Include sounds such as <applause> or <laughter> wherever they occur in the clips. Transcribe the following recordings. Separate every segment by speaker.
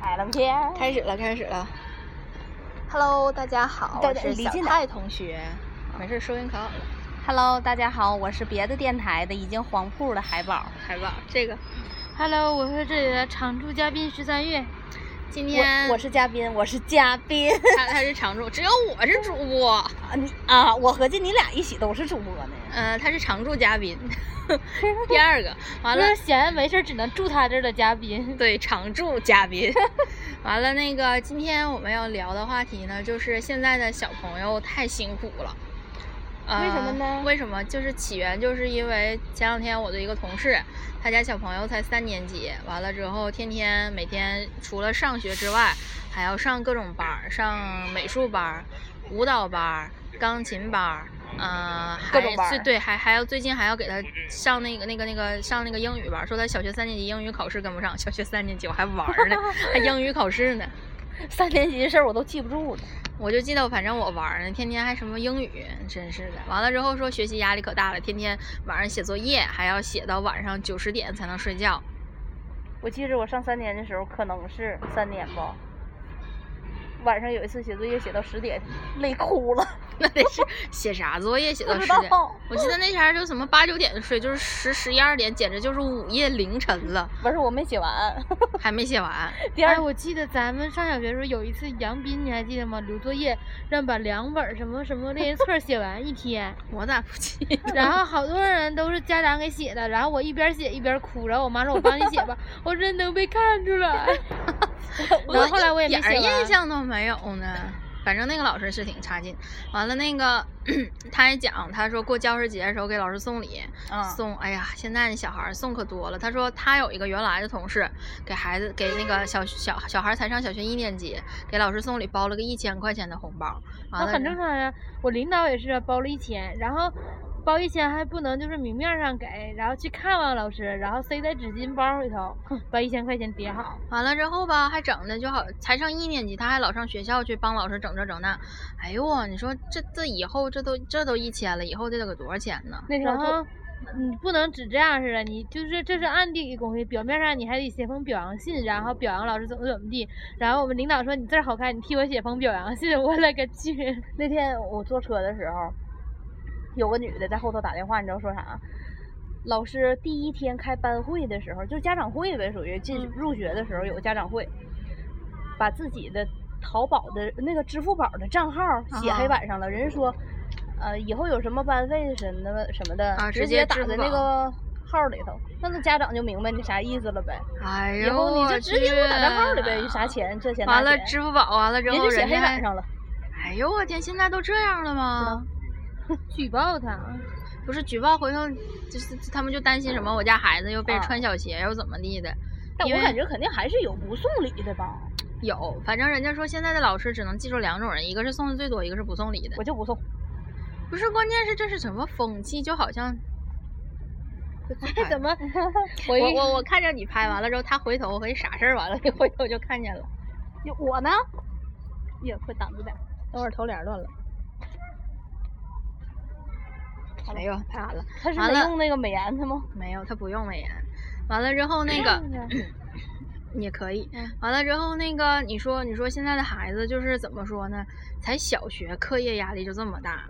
Speaker 1: 开了片，
Speaker 2: 开始了，开始了。Hello，大家好，
Speaker 1: 对
Speaker 2: 我
Speaker 1: 对
Speaker 2: 是
Speaker 1: 离
Speaker 2: 小
Speaker 1: 近点
Speaker 2: 泰同学。没事，收音可好了。
Speaker 1: Hello，大家好，我是别的电台的已经黄铺的海宝。
Speaker 2: 海报这个，
Speaker 3: Hello，我是这里的常驻嘉宾十三月。今天
Speaker 1: 我我是嘉宾，我是嘉宾
Speaker 2: 他他是常驻，只有我是主播。
Speaker 1: 啊你啊！我合计你俩一起都是主播呢。
Speaker 2: 嗯、他是常驻嘉宾。 <laughs> 第二个，完了
Speaker 3: 就是，闲着没事儿只能住他这儿的嘉宾。
Speaker 2: 对，常驻嘉 <laughs> 宾。完了，那个今天我们要聊的话题呢，就是现在的小朋友太辛苦了。呃
Speaker 3: 为什么呢
Speaker 2: 为什么？就是起源，就是因为前两天我的一个同事，他家小朋友才三年级，完了之后天天每天除了上学之外，还要上各种班儿，上美术班儿、舞蹈班儿、钢琴班儿，啊、
Speaker 1: 各
Speaker 2: 还
Speaker 1: 种班儿
Speaker 2: 最对，还还要最近还要给他上那个那个那个上那个英语班儿，说他小学三年级英语考试跟不上，小学三年级我还玩儿呢，还英语考试呢。
Speaker 1: 三年级的事儿我都记不住了。
Speaker 2: 我就记得，反正我玩儿呢，天天还什么英语，真是的。完了之后说学习压力可大了，天天晚上写作业，还要写到晚上九十点才能睡觉。 <laughs>
Speaker 1: 我记着我上三年的时候，可能是三年吧。晚上有一次写作业写到十点，累哭了。
Speaker 2: 那得是写啥作业写到
Speaker 1: 不
Speaker 2: 十
Speaker 1: 知
Speaker 2: 点
Speaker 1: 道？
Speaker 2: 我记得那前儿就什么八九点就睡，就是十十一二点，简直就是午夜凌晨了，
Speaker 1: 不是我没写完，
Speaker 2: 还没写完。
Speaker 1: 第二
Speaker 3: 哎，我记得咱们上小学的时候有一次，杨斌你还记得吗？留作业让把两本儿什么什么练习册儿写完一天，
Speaker 2: 我咋不记得？
Speaker 3: 然后好多人都是家长给写的，然后我一边写一边哭，然后我妈说：“我帮你写吧。”我真能被看出来。然后后来我也
Speaker 2: 一
Speaker 3: 没
Speaker 2: 点儿
Speaker 3: 写完
Speaker 2: 印象都没有呢。反正那个老师是挺差劲。完了，那个 <clears throat> 他也讲，他说过教师节的时候给老师送礼，
Speaker 1: 嗯
Speaker 2: 送，哎呀，现在那小孩儿送可多了。他说他有一个原来的同事，给孩子给那个小小小孩儿才上小学一年级，给老师送礼包了个一千块钱的红包。完
Speaker 3: 那
Speaker 2: 了，
Speaker 3: 很正常呀、我领导也是啊包了一千，然后包一千还不能就是明面上给，然后去看望老师，然后塞在纸巾包里头，把一千块钱叠好。
Speaker 2: 完了之后吧，还整的就好，才上一年级，他还老上学校去帮老师整这整那。哎呦我，你说这这以后这都这都一千了，以后这得给多少钱呢？
Speaker 1: 那天
Speaker 3: 然
Speaker 1: 我
Speaker 3: 后
Speaker 1: 特
Speaker 3: 你嗯不能只这样似的，你就是这是暗地里公西，表面上你还得写封表扬信，然后表扬老师怎么怎么地。然后我们领导说你字儿好看，你替我写封表扬信，我勒个去！
Speaker 1: 那天我坐车的时候，有个女的在后头打电话，你知道说啥？啊老师第一天开班会的时候，就是家长会呗，属于进
Speaker 3: 嗯
Speaker 1: 入学的时候有个家长会，把自己的淘宝的那个支付宝的账号写
Speaker 2: 啊哈
Speaker 1: 黑板上了。人家说，呃，以后有什么班费什么的什么的，
Speaker 2: 啊
Speaker 1: 直
Speaker 2: 直接
Speaker 1: 打
Speaker 2: 支付
Speaker 1: 在那
Speaker 2: 宝
Speaker 1: 个号里头，那那家长就明白你啥意思了呗。
Speaker 2: 哎呦，
Speaker 1: 以后你就
Speaker 2: 我
Speaker 1: 直接给我打
Speaker 2: 去
Speaker 1: 账号里呗，有啥钱这钱那
Speaker 2: 完了，
Speaker 1: 钱
Speaker 2: 支付宝完了之
Speaker 1: 人
Speaker 2: 后，
Speaker 1: 就写
Speaker 2: 人
Speaker 1: 黑
Speaker 2: 家
Speaker 1: 板
Speaker 2: 还，
Speaker 1: 上了。嗯
Speaker 2: 哎呦我天，现在都这样了吗？
Speaker 3: 举报他，啊
Speaker 2: 不是举报，回头就是他们就担心什么，我家孩子又被
Speaker 1: 啊
Speaker 2: 穿小鞋又怎么地的。
Speaker 1: 但
Speaker 2: 因
Speaker 1: 我
Speaker 2: 为
Speaker 1: 感觉肯定还是有不送礼的吧，
Speaker 2: 有，反正人家说现在的老师只能记住两种人，一个是送的最多，一个是不送礼的
Speaker 1: 我。就不送。
Speaker 2: 不是，关键是这是什么风气？就好像 <laughs>
Speaker 3: 这怎
Speaker 1: <laughs>
Speaker 3: 么？
Speaker 2: 我
Speaker 3: 一
Speaker 2: 我我看着你拍完了之后，他回头我回啥事儿完了，回头就看见了。
Speaker 1: 哟我呢？也快挡着点儿，
Speaker 2: 等会儿头帘乱了。哎呦，拍完了。
Speaker 1: 他是
Speaker 2: 完
Speaker 1: 没
Speaker 2: 了
Speaker 1: 用那个美颜的吗？
Speaker 2: 没有，他不用美颜。完了之后那个也可以。完了之后那个，你说你说现在的孩子就是怎么说呢？才小学，课业压力就这么大，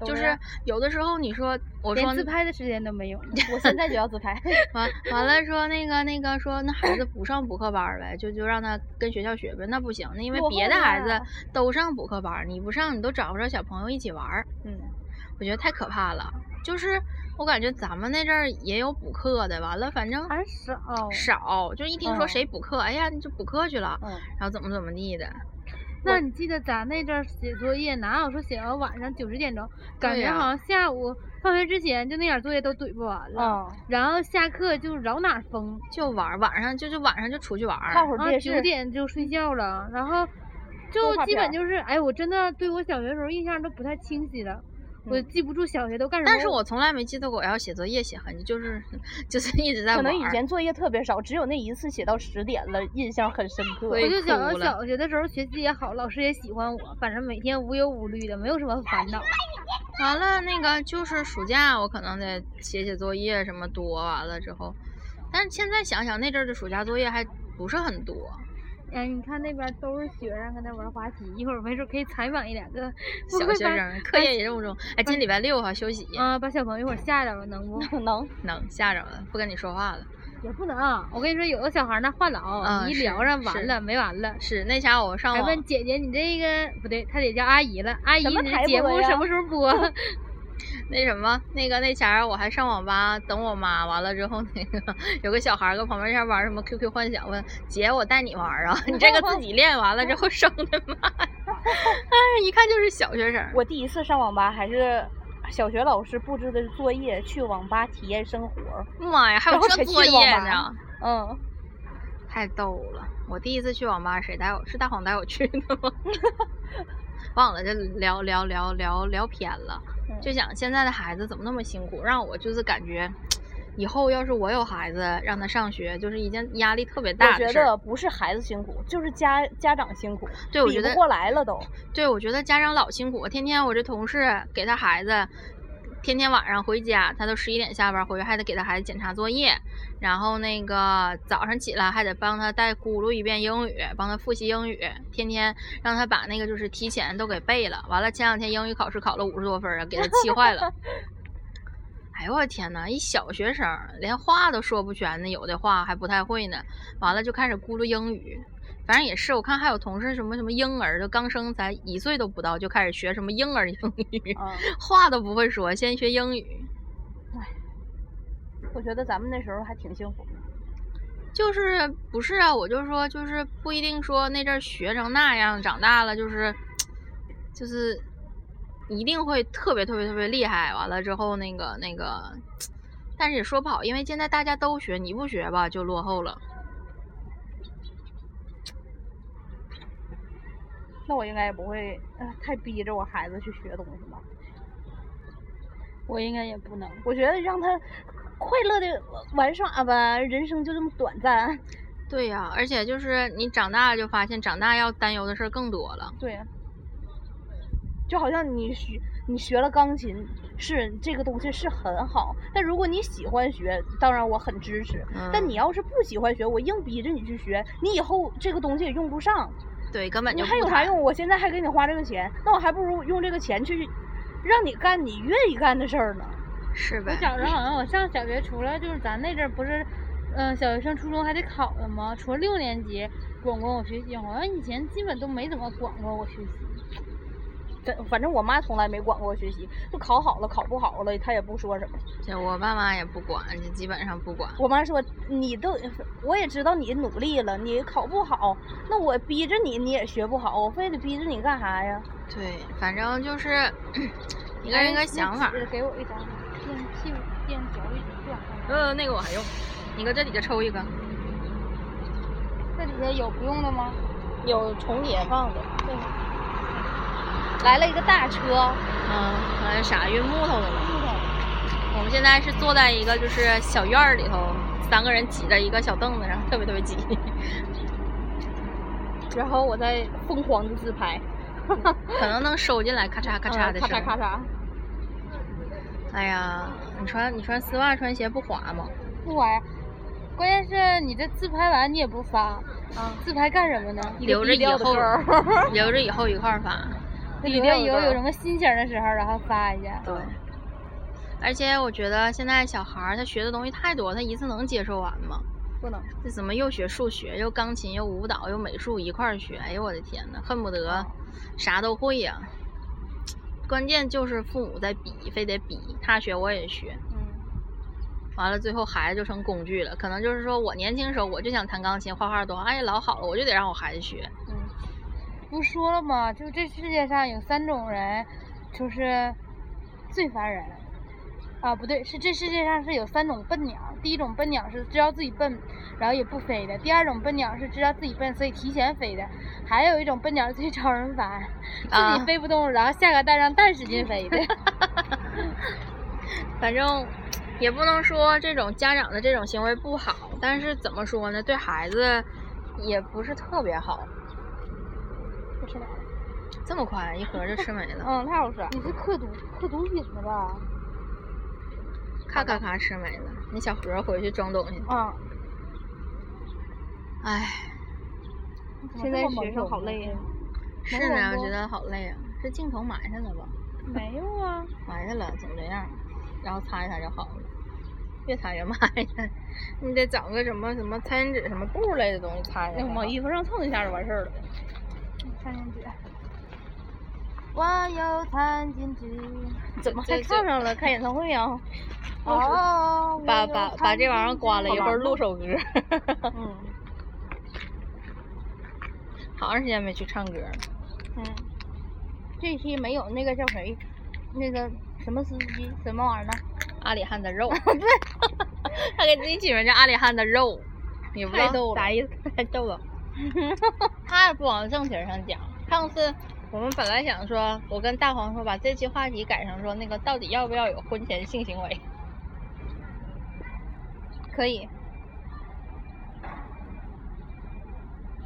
Speaker 1: 都
Speaker 2: 就是 <laughs> 有的时候你说我说
Speaker 3: 连自拍的时间都没有。
Speaker 1: 我现在就要自拍，
Speaker 2: 完完了说那个那个说那孩子不上补课班儿呗，就就让他跟学校学呗。那不行，那因为
Speaker 1: 落
Speaker 2: 别
Speaker 1: 后
Speaker 2: 的孩
Speaker 1: 了
Speaker 2: 子都上补课班儿，你不上你都找不着小朋友一起玩儿。
Speaker 1: 嗯，
Speaker 2: 我觉得太可怕了。就是我感觉咱们那阵儿也有补课的，完了反正
Speaker 3: 还少，
Speaker 2: 少，就一听说
Speaker 1: 哦嗯
Speaker 2: 谁补课，哎呀，你就补课去了，
Speaker 1: 嗯，
Speaker 2: 然后怎么怎么地的，
Speaker 3: 那你记得咱那阵儿写作业，哪有说写到晚上九十点钟？感
Speaker 2: 对
Speaker 3: 觉
Speaker 2: 呀
Speaker 3: 好像下午放学之前就那点儿作业都怼不完了，
Speaker 1: 嗯，
Speaker 3: 然后下课就饶哪儿疯，
Speaker 2: 就玩儿，晚上就就晚上就出去玩
Speaker 1: 看
Speaker 2: 儿。
Speaker 1: 会儿
Speaker 3: 啊
Speaker 1: 电
Speaker 3: 九
Speaker 1: 视，
Speaker 3: 点就睡觉了，然后
Speaker 1: 动
Speaker 3: 就
Speaker 1: 画
Speaker 3: 基本
Speaker 1: 片
Speaker 3: 就是，哎，我真的对我小学时候印象都不太清晰了，我
Speaker 1: 嗯
Speaker 3: 记不住小学都干什么。
Speaker 2: 但是我从来没记得过我要写作业写很久，就是 <laughs> 就是一直在
Speaker 1: 可
Speaker 2: 玩
Speaker 1: 能以
Speaker 2: 儿。
Speaker 1: 前作业特别少，只有那一次写到十点了，印象很深刻。
Speaker 3: 我
Speaker 1: <laughs>
Speaker 2: 对
Speaker 3: 就想到
Speaker 2: 哭了
Speaker 3: 小学的时候学习也好，老师也喜欢我，反正每天无忧无虑的，没有什么烦
Speaker 2: <laughs>
Speaker 3: 恼。
Speaker 2: 完了那个就是暑假，我可能得写写作业什么多，完了之后，但是现在想想那阵儿的暑假作业还不是很多，
Speaker 3: 哎，你看那边都是学生搁那玩滑梯，一会儿没准可以采访一两个不
Speaker 2: 小
Speaker 3: 会
Speaker 2: 学
Speaker 3: 把
Speaker 2: 生，课业任务中，哎，今天礼拜六哈、休息，
Speaker 3: 啊，把小朋友一会儿吓着了，能不？
Speaker 1: 能
Speaker 2: 能吓着了，不跟你说话了。
Speaker 3: 也不能，我跟你说，有的小孩儿那话痨，
Speaker 2: 啊
Speaker 3: 你一
Speaker 2: 是
Speaker 3: 聊上
Speaker 2: 是哦
Speaker 3: 完了没完了。
Speaker 2: 是那啥，我上
Speaker 3: 还
Speaker 2: 网
Speaker 3: 问姐姐，你这个不对，他得叫阿姨了。阿姨，
Speaker 1: 什么
Speaker 3: 你这
Speaker 1: 台
Speaker 3: 节
Speaker 1: 播
Speaker 3: 目
Speaker 1: 呀
Speaker 3: 什么时候播？
Speaker 2: 那什么，那个那前儿我还上网吧等我妈，完了之后那个有个小孩儿搁旁边儿玩儿什么 QQ 幻想，问姐我带你玩儿啊，你这个自己练完了之后生的吗？ <laughs> 哎，一看就是小学生儿。
Speaker 1: 我第一次上网吧还是小学老师布置的作业，去网吧体验生活。
Speaker 2: 妈呀，还有
Speaker 1: 然后
Speaker 2: 这
Speaker 1: 才去
Speaker 2: 作
Speaker 1: 网
Speaker 2: 业
Speaker 1: 吧
Speaker 2: 呢，
Speaker 1: 嗯，
Speaker 2: 太逗了！我第一次去网吧，谁带我？是大黄带我去的吗？ <laughs> 忘了，这聊聊聊聊聊偏了，
Speaker 1: 嗯
Speaker 2: 就想现在的孩子怎么那么辛苦，让我就是感觉，以后要是我有孩子，让他上学，就是一件压力特别
Speaker 1: 我
Speaker 2: 大的
Speaker 1: 觉
Speaker 2: 事儿。
Speaker 1: 得不是孩子辛苦，就是家家长辛苦，
Speaker 2: 对我
Speaker 1: 比
Speaker 2: 觉
Speaker 1: 不
Speaker 2: 得
Speaker 1: 过来了都。
Speaker 2: 对，我觉得家长老辛苦，天天我这同事给他孩子，天天晚上回家，他都十一点下班回去，还得给他孩子检查作业，然后那个早上起来还得帮他再咕噜一遍英语，帮他复习英语，天天让他把那个就是提前都给背了。完了，前两天英语考试考了五十多分儿啊，给他气坏了。哎呦我的天呐，一小学生儿连话都说不全呢，有的话还不太会呢，完了就开始咕噜英语。反正也是，我看还有同事什么什么婴儿，就刚生才一岁都不到就开始学什么婴儿英语，
Speaker 1: 嗯，
Speaker 2: 话都不会说，先学英语。
Speaker 1: 我觉得咱们那时候还挺幸福的。
Speaker 2: 就是不是啊？我就说，就是不一定说那阵儿学成那样，长大了就是，就是一定会特别特别特别厉害。完了之后，那个那个，但是也说不好，因为现在大家都学，你不学吧就落后了。
Speaker 1: 那我应该也不会、呃、太逼着我孩子去学东西吧？
Speaker 3: 我应该也不能。
Speaker 1: 我觉得让他快乐的玩耍吧，啊人生就这么短暂。
Speaker 2: 对呀、而且就是你长大了就发现，长大要担忧的事儿更多了。
Speaker 1: 对呀、就好像你学你学了钢琴，是这个东西是很好，但如果你喜欢学，当然我很支持。但你
Speaker 2: 嗯
Speaker 1: 要是不喜欢学，我硬逼着你去学，你以后这个东西也用不上，
Speaker 2: 对根本
Speaker 1: 你
Speaker 2: 就
Speaker 1: 还
Speaker 2: 不
Speaker 1: 有啥
Speaker 2: 谈
Speaker 1: 用？我现在还给你花这个钱，那我还不如用这个钱去让你干你愿意干的事儿呢。
Speaker 2: 是
Speaker 3: 我
Speaker 2: 呗？
Speaker 3: 小时候好像我上小学，除了就是咱那阵儿不是，嗯、小学升初中还得考的吗？除了六年级管管我学习，好像以前基本都没怎么管过我学习。
Speaker 1: 这反正我妈从来没管过我学习，就考好了，考不好了，她也不说什么。
Speaker 2: 这我爸妈也不管，这基本上不管。
Speaker 1: 我妈说：“你都，我也知道你努力了，你考不好，那我逼着你，你也学不好，我非得逼着你干啥呀？
Speaker 2: 对，反正就是 <clears throat> 一个人一个想法。
Speaker 3: 给我一张垫屁股垫脚底垫。
Speaker 2: 呃，那个我还用，你搁这里就抽一个，
Speaker 3: 这里边有不用的吗？
Speaker 1: 有重叠放的。”来了一个大车，
Speaker 2: 嗯，完了啥运木头的了。我们现在是坐在一个就是小院儿里头，三个人挤在一个小凳子上，特别特别挤。 <laughs>
Speaker 1: 然后我在疯狂的自拍，
Speaker 2: 可能能收进来，咔嚓咔嚓
Speaker 1: 嗯
Speaker 2: 的
Speaker 1: 咔
Speaker 2: 声
Speaker 1: 嚓咔
Speaker 2: 儿。
Speaker 1: 嚓，
Speaker 2: 哎呀，你穿你穿丝袜穿鞋不滑吗？
Speaker 3: 不玩儿，关键是你这自拍完你也不发，
Speaker 1: 啊，
Speaker 3: 自拍干什么呢？
Speaker 1: 一个
Speaker 2: 留着
Speaker 1: 低
Speaker 2: 以
Speaker 1: 调的
Speaker 2: 后
Speaker 1: 歌儿， <laughs>
Speaker 2: 留着以后一块儿发。
Speaker 1: 低
Speaker 3: 留
Speaker 1: 调
Speaker 3: 着
Speaker 1: 的
Speaker 3: 以
Speaker 1: 歌
Speaker 3: 后有
Speaker 1: 儿
Speaker 3: 什么心情的时候，然后发一下。
Speaker 2: 对，而且我觉得现在小孩儿他学的东西太多，他一次能接受完吗？
Speaker 1: 不能。
Speaker 2: 这怎么又学数学，又钢琴，又舞蹈，又美术一块儿学？哎呦我的天呐，恨不得啥都会呀、关键就是父母在比，非得比他学我也学，
Speaker 1: 嗯，
Speaker 2: 完了最后孩子就成工具了。可能就是说我年轻时候我就想弹钢琴、画画多好，哎老好了，我就得让我孩子学。
Speaker 3: 嗯不是说了吗？就这世界上有三种人，就是最烦人。啊，不对，是这世界上是有三种笨鸟。第一种笨鸟是知道自己笨，然后也不飞的；第二种笨鸟是知道自己笨，所以提前飞的；还有一种笨鸟最招人烦，自
Speaker 2: 啊
Speaker 3: 己飞不动，然后下个蛋让蛋使劲飞的。 <laughs>
Speaker 2: <laughs> 反正也不能说这种家长的这种行为不好，但是怎么说呢，对孩子也不是特别好。
Speaker 3: 不吃了
Speaker 2: 这么快一盒就吃没 <laughs> 了，
Speaker 1: 嗯，太好吃了。
Speaker 3: 你是刻毒刻毒品的吧？
Speaker 2: 咔咔咔吃没了。那小盒回去装东西。
Speaker 1: 啊，
Speaker 2: 唉，
Speaker 3: 怎么
Speaker 1: 现
Speaker 3: 这
Speaker 1: 在
Speaker 3: 么
Speaker 1: 学生
Speaker 3: 懵懂
Speaker 1: 好
Speaker 3: 呢
Speaker 1: 累呀、
Speaker 2: 是
Speaker 3: 能
Speaker 2: 呢，
Speaker 3: 懂
Speaker 2: 我
Speaker 3: 不
Speaker 2: 觉得好累啊。是镜头埋汰了吧？
Speaker 1: 没有啊，
Speaker 2: 埋汰了，总这样，然后擦一擦就好了，越擦越埋汰。 <laughs> 你得找个什么什么餐巾纸、什么布类的东西擦一
Speaker 1: 那
Speaker 2: 下。
Speaker 1: 往衣服上蹭一下就完事儿了。
Speaker 3: 餐巾纸。我有餐巾纸。
Speaker 1: 怎么还
Speaker 2: 这这
Speaker 1: 唱上了？开演唱会啊？
Speaker 3: 哦，我
Speaker 2: 把
Speaker 3: 有
Speaker 2: 把把
Speaker 3: 餐
Speaker 2: 这玩意儿
Speaker 3: 巾
Speaker 2: 关了，
Speaker 3: 纸
Speaker 2: 一会儿 <laughs> 录。首歌。
Speaker 1: 嗯
Speaker 2: 好长时间没去唱歌了，
Speaker 1: 嗯，
Speaker 3: 这一期没有那个叫谁，那个什么司机什么玩意儿的，
Speaker 2: 阿里汉的
Speaker 3: <laughs>
Speaker 2: 肉。对，他给自己起名叫阿里汉的肉，你不知
Speaker 1: 太
Speaker 2: 道
Speaker 1: 逗了
Speaker 2: 啥意思？太逗
Speaker 3: <laughs>
Speaker 2: 了。他也不往正题儿上讲。上次我们本来想说，我跟大黄说把这期话题改成说那个到底要不要有婚前性行为？
Speaker 3: 可以。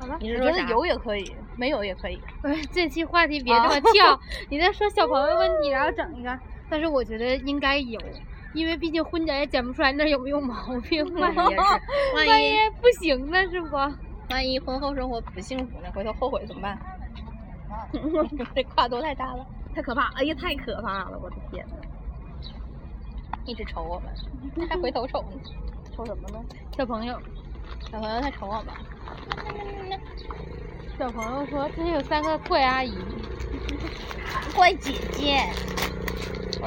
Speaker 3: 好了，
Speaker 2: 你
Speaker 1: 我
Speaker 2: 是
Speaker 1: 觉
Speaker 2: 说
Speaker 1: 得
Speaker 2: 啥
Speaker 1: 有也可以，没有也可以。
Speaker 3: <laughs> 这期话题别这么跳， <laughs> 你在说小朋友问题，然后整一个。但是我觉得应该有，因为毕竟婚检也检不出来那儿有没有毛病 <laughs> 嘛。
Speaker 2: 嗯也是万一
Speaker 3: 万一不行呢，是不？
Speaker 2: 万一婚后生活不幸福呢？回头后悔怎么办？ <laughs> 这跨度太大了，
Speaker 1: 太可怕！哎呀，太可怕了！我的天呐，
Speaker 2: 一直瞅我们，还回头瞅呢。
Speaker 1: <laughs> 瞅什么呢？
Speaker 3: 小朋友，
Speaker 2: 小朋友在瞅我们，
Speaker 3: 小朋友说这有三个怪阿姨，
Speaker 2: 怪姐姐，我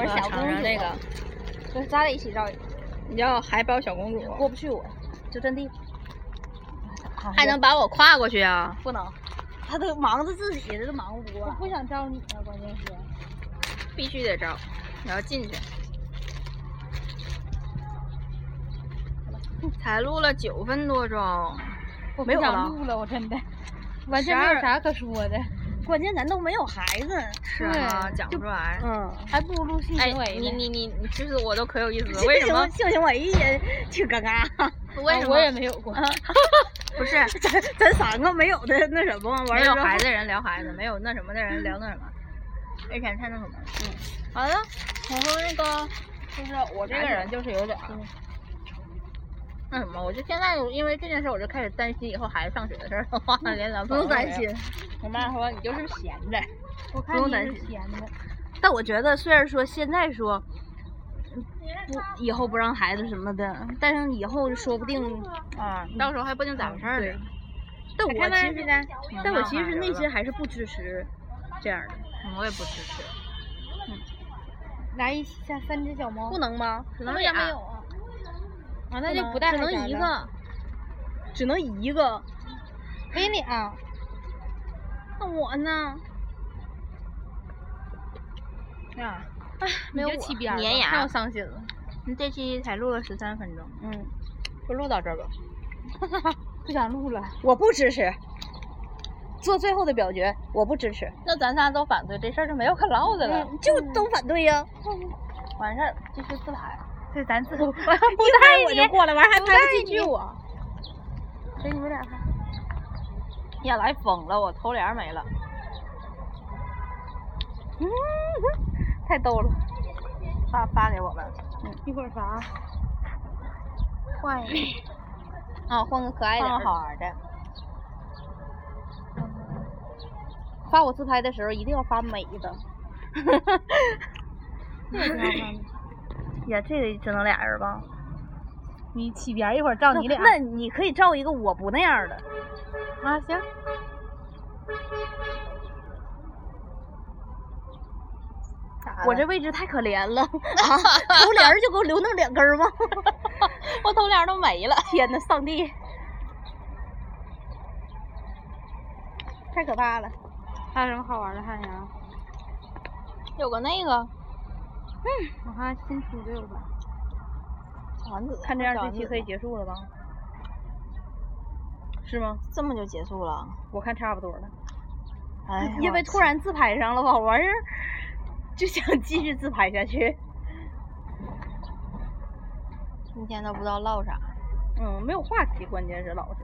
Speaker 1: 我
Speaker 2: 是
Speaker 1: 要
Speaker 2: 小
Speaker 1: 尝
Speaker 2: 公主。
Speaker 1: 尝这个
Speaker 3: 就是咱俩一起照一个。
Speaker 2: 你叫海宝小公主，啊
Speaker 1: 过不去我，就真的
Speaker 2: 还能把我跨过去啊？
Speaker 1: 不能，他都忙着自己的都忙不过
Speaker 3: 我
Speaker 1: 来。
Speaker 3: 不想照你了，关键是。
Speaker 2: 必须得招，你要进去。才录了九分多钟，
Speaker 3: 我
Speaker 1: 没有
Speaker 3: 不
Speaker 1: 了
Speaker 3: 想录了，我真的，完全没有
Speaker 2: 12
Speaker 3: 啥可说的，
Speaker 1: 关键咱都没有孩子。
Speaker 2: 是啊，
Speaker 3: 对
Speaker 2: 讲不出来。
Speaker 1: 嗯，
Speaker 3: 还不如录性
Speaker 2: 哎
Speaker 3: 行为，
Speaker 2: 你
Speaker 3: 呢。
Speaker 2: 你你，你就是我都可有意
Speaker 1: <laughs>
Speaker 2: 思了，为什么？
Speaker 1: 性行为也挺尴尬？
Speaker 2: 为什
Speaker 3: 啊
Speaker 2: 么
Speaker 3: 我？也没有过？
Speaker 1: <laughs>
Speaker 2: 不是，
Speaker 1: 咱咱三个没有的那什么完
Speaker 2: 没
Speaker 1: 事
Speaker 2: 有
Speaker 1: 儿啊
Speaker 2: 孩
Speaker 1: <laughs> 子，
Speaker 2: 子的人聊孩子，没有那什么的人聊那什么，而且太那什么了。嗯，完了，然后那个就是我这个人就是有点儿
Speaker 1: 嗯
Speaker 2: 那什么，我就现在因为这件事，我就开始担心以后孩子上学的事儿了，忘了连男
Speaker 1: 嗯不
Speaker 2: 朋友
Speaker 1: 用
Speaker 2: 都没有
Speaker 1: 担心。。
Speaker 2: 我妈说你就是闲的，
Speaker 3: 我看
Speaker 1: 用
Speaker 3: 你
Speaker 1: 担
Speaker 3: 是
Speaker 1: 心
Speaker 3: 闲的，
Speaker 1: 但我觉得，虽然说现在说
Speaker 2: 嗯
Speaker 1: 不以后不让孩子什么的，但是以后说不定。
Speaker 2: 啊，到时候还不定咋回事儿
Speaker 1: 对
Speaker 2: 呢。
Speaker 1: 但
Speaker 2: 我
Speaker 1: 我
Speaker 2: 其
Speaker 1: 其
Speaker 2: 实
Speaker 1: 实，但我其实内心
Speaker 2: 些，
Speaker 1: 还是不支持这样的。
Speaker 2: 嗯我也不支持。
Speaker 3: 来一下三只小猫，
Speaker 1: 不能吗？
Speaker 2: 只
Speaker 3: 他
Speaker 2: 能
Speaker 3: 们家没有啊，啊那就不带
Speaker 1: 只
Speaker 3: 孩
Speaker 1: 能
Speaker 3: 子
Speaker 1: 一
Speaker 3: 了，
Speaker 1: 个，只能一个。
Speaker 3: 可以俩，
Speaker 1: 那我呢？
Speaker 2: 啊，
Speaker 3: 你
Speaker 1: 没有
Speaker 3: 就
Speaker 1: 我
Speaker 3: 起边儿
Speaker 2: 粘
Speaker 3: 了，
Speaker 2: 牙
Speaker 3: 太有伤心了，
Speaker 2: 你嗯这期才录了十三分钟，
Speaker 1: 嗯，
Speaker 2: 就录到这儿吧。
Speaker 3: 不想录了，
Speaker 1: 我不支持。做最后的表决，我不支持。
Speaker 2: 那咱仨都反对，这事儿就没有可唠的了。
Speaker 1: 就都反对呀、
Speaker 2: 完事儿继续自拍。
Speaker 3: 对，咱自不
Speaker 1: 一会儿我
Speaker 3: 带
Speaker 1: 就
Speaker 3: 你，
Speaker 1: 过来，完还
Speaker 3: 不
Speaker 1: 拍
Speaker 3: 带
Speaker 1: 不进去
Speaker 3: 你
Speaker 1: 我。
Speaker 3: 给你们俩看，
Speaker 2: 呀，来疯了，我头帘儿没了。
Speaker 1: 嗯，太逗了。
Speaker 2: 发发给我吧。
Speaker 3: 一会儿啥？换一个，
Speaker 2: 啊，换个可爱
Speaker 1: 点儿的
Speaker 2: 好玩的。
Speaker 1: 发我自拍的时候一定要发美的。
Speaker 3: 这个挺好看的。
Speaker 1: 呀，这个只能俩人吧？
Speaker 3: 你起边儿一会儿照你俩
Speaker 1: 那你可以照一个我不那样的。
Speaker 3: 啊，行。
Speaker 1: 我这位置太可怜了啊！头帘儿就给我留那两根儿吧。
Speaker 2: 我头帘儿都没了。
Speaker 1: <laughs> 天呐，上帝！
Speaker 3: 太可怕了。还有什么好玩的汉阳？
Speaker 2: <laughs> 有个那个
Speaker 3: 我看新出的有啥？
Speaker 2: 团子，
Speaker 1: 看这样，
Speaker 2: 小
Speaker 1: 这
Speaker 2: 丸
Speaker 1: 期
Speaker 2: 子
Speaker 1: 可以结束了吧？是吗？
Speaker 2: 这么就结束了。
Speaker 1: 我看差不多了。
Speaker 2: 哎呀，
Speaker 1: 因为
Speaker 2: 我
Speaker 1: 突然自拍上了吧，完事儿 <laughs> 就想继续自拍下去。
Speaker 2: 今天都不知道唠啥。
Speaker 1: 嗯，没有话题，关键是老是。